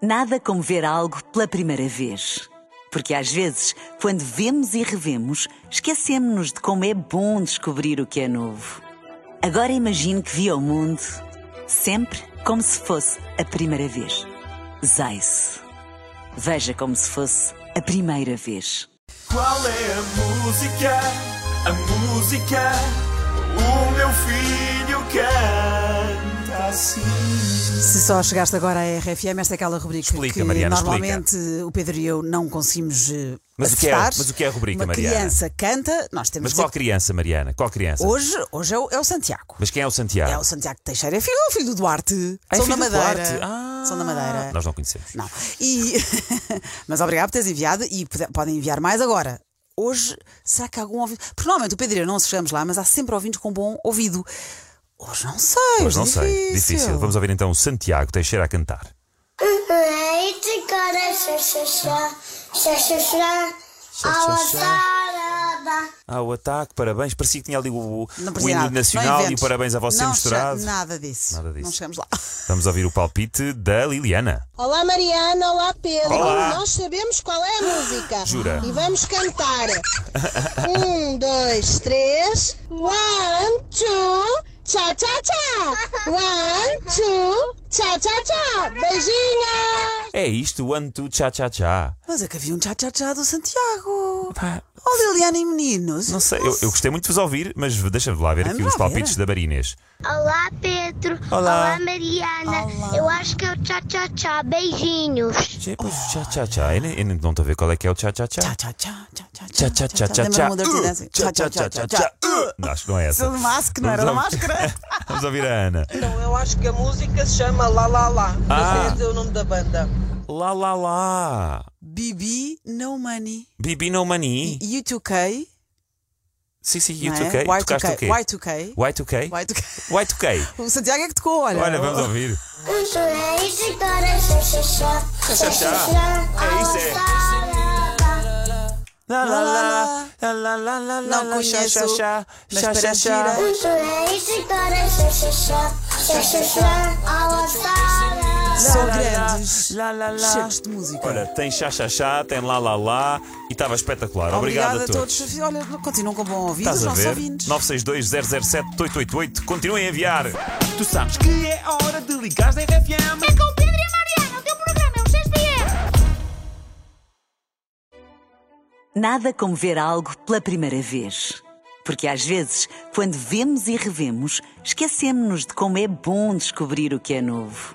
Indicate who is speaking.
Speaker 1: Nada como ver algo pela primeira vez. Porque às vezes, quando vemos e revemos, esquecemos-nos de como é bom descobrir o que é novo. Agora imagine que viu o mundo sempre como se fosse a primeira vez. Zais. Veja como se fosse a primeira vez.
Speaker 2: Qual é a música? A música? O meu filho canta assim.
Speaker 3: Se só chegaste agora à RFM, esta é aquela rubrica
Speaker 4: Explica,
Speaker 3: que
Speaker 4: Mariana,
Speaker 3: normalmente o Pedro e eu não conseguimos eh,
Speaker 4: Mas o que é-
Speaker 3: acertar.
Speaker 4: mas o que é a rubrica,
Speaker 3: Uma
Speaker 4: Mariana?
Speaker 3: criança canta, nós temos
Speaker 4: Mas
Speaker 3: de
Speaker 4: qual
Speaker 3: dizer,
Speaker 4: criança, Mariana? Qual criança?
Speaker 3: hoje, hoje é o, é o Santiago.
Speaker 4: Mas quem é o
Speaker 3: É o
Speaker 4: Santiago?
Speaker 3: Santiago Teixeira, é filho, é o filho do Duarte.
Speaker 4: Ah, é
Speaker 3: São da
Speaker 4: filho do
Speaker 3: Madeira.
Speaker 4: Duarte. Ah.
Speaker 3: São da Madeira.
Speaker 4: Nós não conhecemos.
Speaker 3: Não. E... Mas obrigado por teres enviado e pode- podem enviar mais agora. Hoje, será que há algum ouvido? Porque normalmente o Pedro e eu não chegamos lá, mas há sempre ouvintes com bom ouvido. Hoje não sei.
Speaker 4: Mas não
Speaker 3: difícil.
Speaker 4: sei. Difícil. Vamos ouvir então o Santiago Teixeira a cantar.
Speaker 5: Leite, cara, xa, xa, xa, xa, xa, xa, ao atarada.
Speaker 4: Ah, o ataque, parabéns. Parecia que tinha ali o, o
Speaker 3: Não
Speaker 4: hino
Speaker 3: precisa nada. Não
Speaker 4: nacional e o
Speaker 3: inventes.
Speaker 4: parabéns a você
Speaker 3: não
Speaker 4: misturado.
Speaker 3: chega- Nada disso.
Speaker 4: Nada disso.
Speaker 3: Não chegamos lá.
Speaker 4: Vamos ouvir o palpite da Liliana.
Speaker 6: Olá Mariana, olá Pedro.
Speaker 4: Olá.
Speaker 6: Nós sabemos qual é a música.
Speaker 4: Jura?
Speaker 6: E vamos cantar. um, dois, três. One, two, tchau, tchau, tchau. One, two, tchau, tchau, tchau. Beijinhos.
Speaker 4: É isto, one, two, tchá, tchá, tchá.
Speaker 3: Mas é que havia um tchá-tchá-tchá do Santiago.
Speaker 4: Pá,
Speaker 3: Oh, Liliana e meninos.
Speaker 4: Não sei, eu, eu gostei muito de vos ouvir, mas deixa-me lá ver aqui
Speaker 3: Vamos
Speaker 4: os
Speaker 3: lá
Speaker 4: palpites
Speaker 3: ver.
Speaker 4: da Marinês.
Speaker 5: Olá, Pedro.
Speaker 4: Olá.
Speaker 5: Mariana. Eu acho que é o tchá, tchá, tchá. Beijinhos.
Speaker 4: Tchê, pois, Tchá, tchá, tchá. Eu nem- eu nem- não estou a ver qual é que é o tchá, tchá, tchá.
Speaker 3: Tchá-tchá-tchá.
Speaker 4: Tchá, tchá, tchá, tchá, tchá.
Speaker 3: assim.
Speaker 4: Uh, Tchá, tchá, tchá, tchá, tchá. Uh. Não, acho que não é essa.
Speaker 3: Do Musk, não
Speaker 4: Vamos
Speaker 3: era da
Speaker 4: ouvir-
Speaker 3: máscara?
Speaker 4: Vamos ouvir a Ana.
Speaker 7: Então, eu acho que a música se chama La La La. Mas
Speaker 4: Ah.
Speaker 7: é dizer o nome da banda.
Speaker 4: Lá, lá, lá.
Speaker 3: Bibi, No Money.
Speaker 4: Bibi no Money.
Speaker 3: U2K.
Speaker 4: Sim, sim,
Speaker 3: não é?
Speaker 4: Y2K. Tocaste o quê?
Speaker 3: Y2K.
Speaker 4: Y2K?
Speaker 3: Y2K.
Speaker 4: Y2K.
Speaker 3: O Santiago é que tocou, olha.
Speaker 4: Olha, vamos ouvir.
Speaker 5: Leite, cara, xa, xa, xa, xa, xa, xa, ao
Speaker 4: isso, é.
Speaker 5: atarada.
Speaker 4: Lá, lá, lá. Lá, lá, lá, lá, lá,
Speaker 3: Não
Speaker 4: lá, xá,
Speaker 3: conheço,
Speaker 4: xá, xá.
Speaker 3: mas
Speaker 4: Xá, xá,
Speaker 3: parece
Speaker 4: xá.
Speaker 3: gira.
Speaker 5: Leite, cara, xa, xa, xa, xa, xa, xa, ao atarada.
Speaker 3: São grandes.
Speaker 4: Lá, lá, lá.
Speaker 3: Cheios de música.
Speaker 4: Olha, tem xá, xá, xá, tem lá, lá, lá. E estava espetacular. Obrigado
Speaker 3: Obrigada a todos. Olha, continuam com bom ouvido os
Speaker 4: Estás a
Speaker 3: nossos
Speaker 4: ver?
Speaker 3: ouvintes.
Speaker 4: 962-007-888. Continuem a enviar.
Speaker 2: Tu sabes que é hora de ligar da RFM.
Speaker 5: É com Pedro e Mariana. O teu programa é o XPM.
Speaker 1: Nada como ver algo pela primeira vez. Porque às vezes, quando vemos e revemos, esquecemos-nos de como é bom descobrir o que é novo.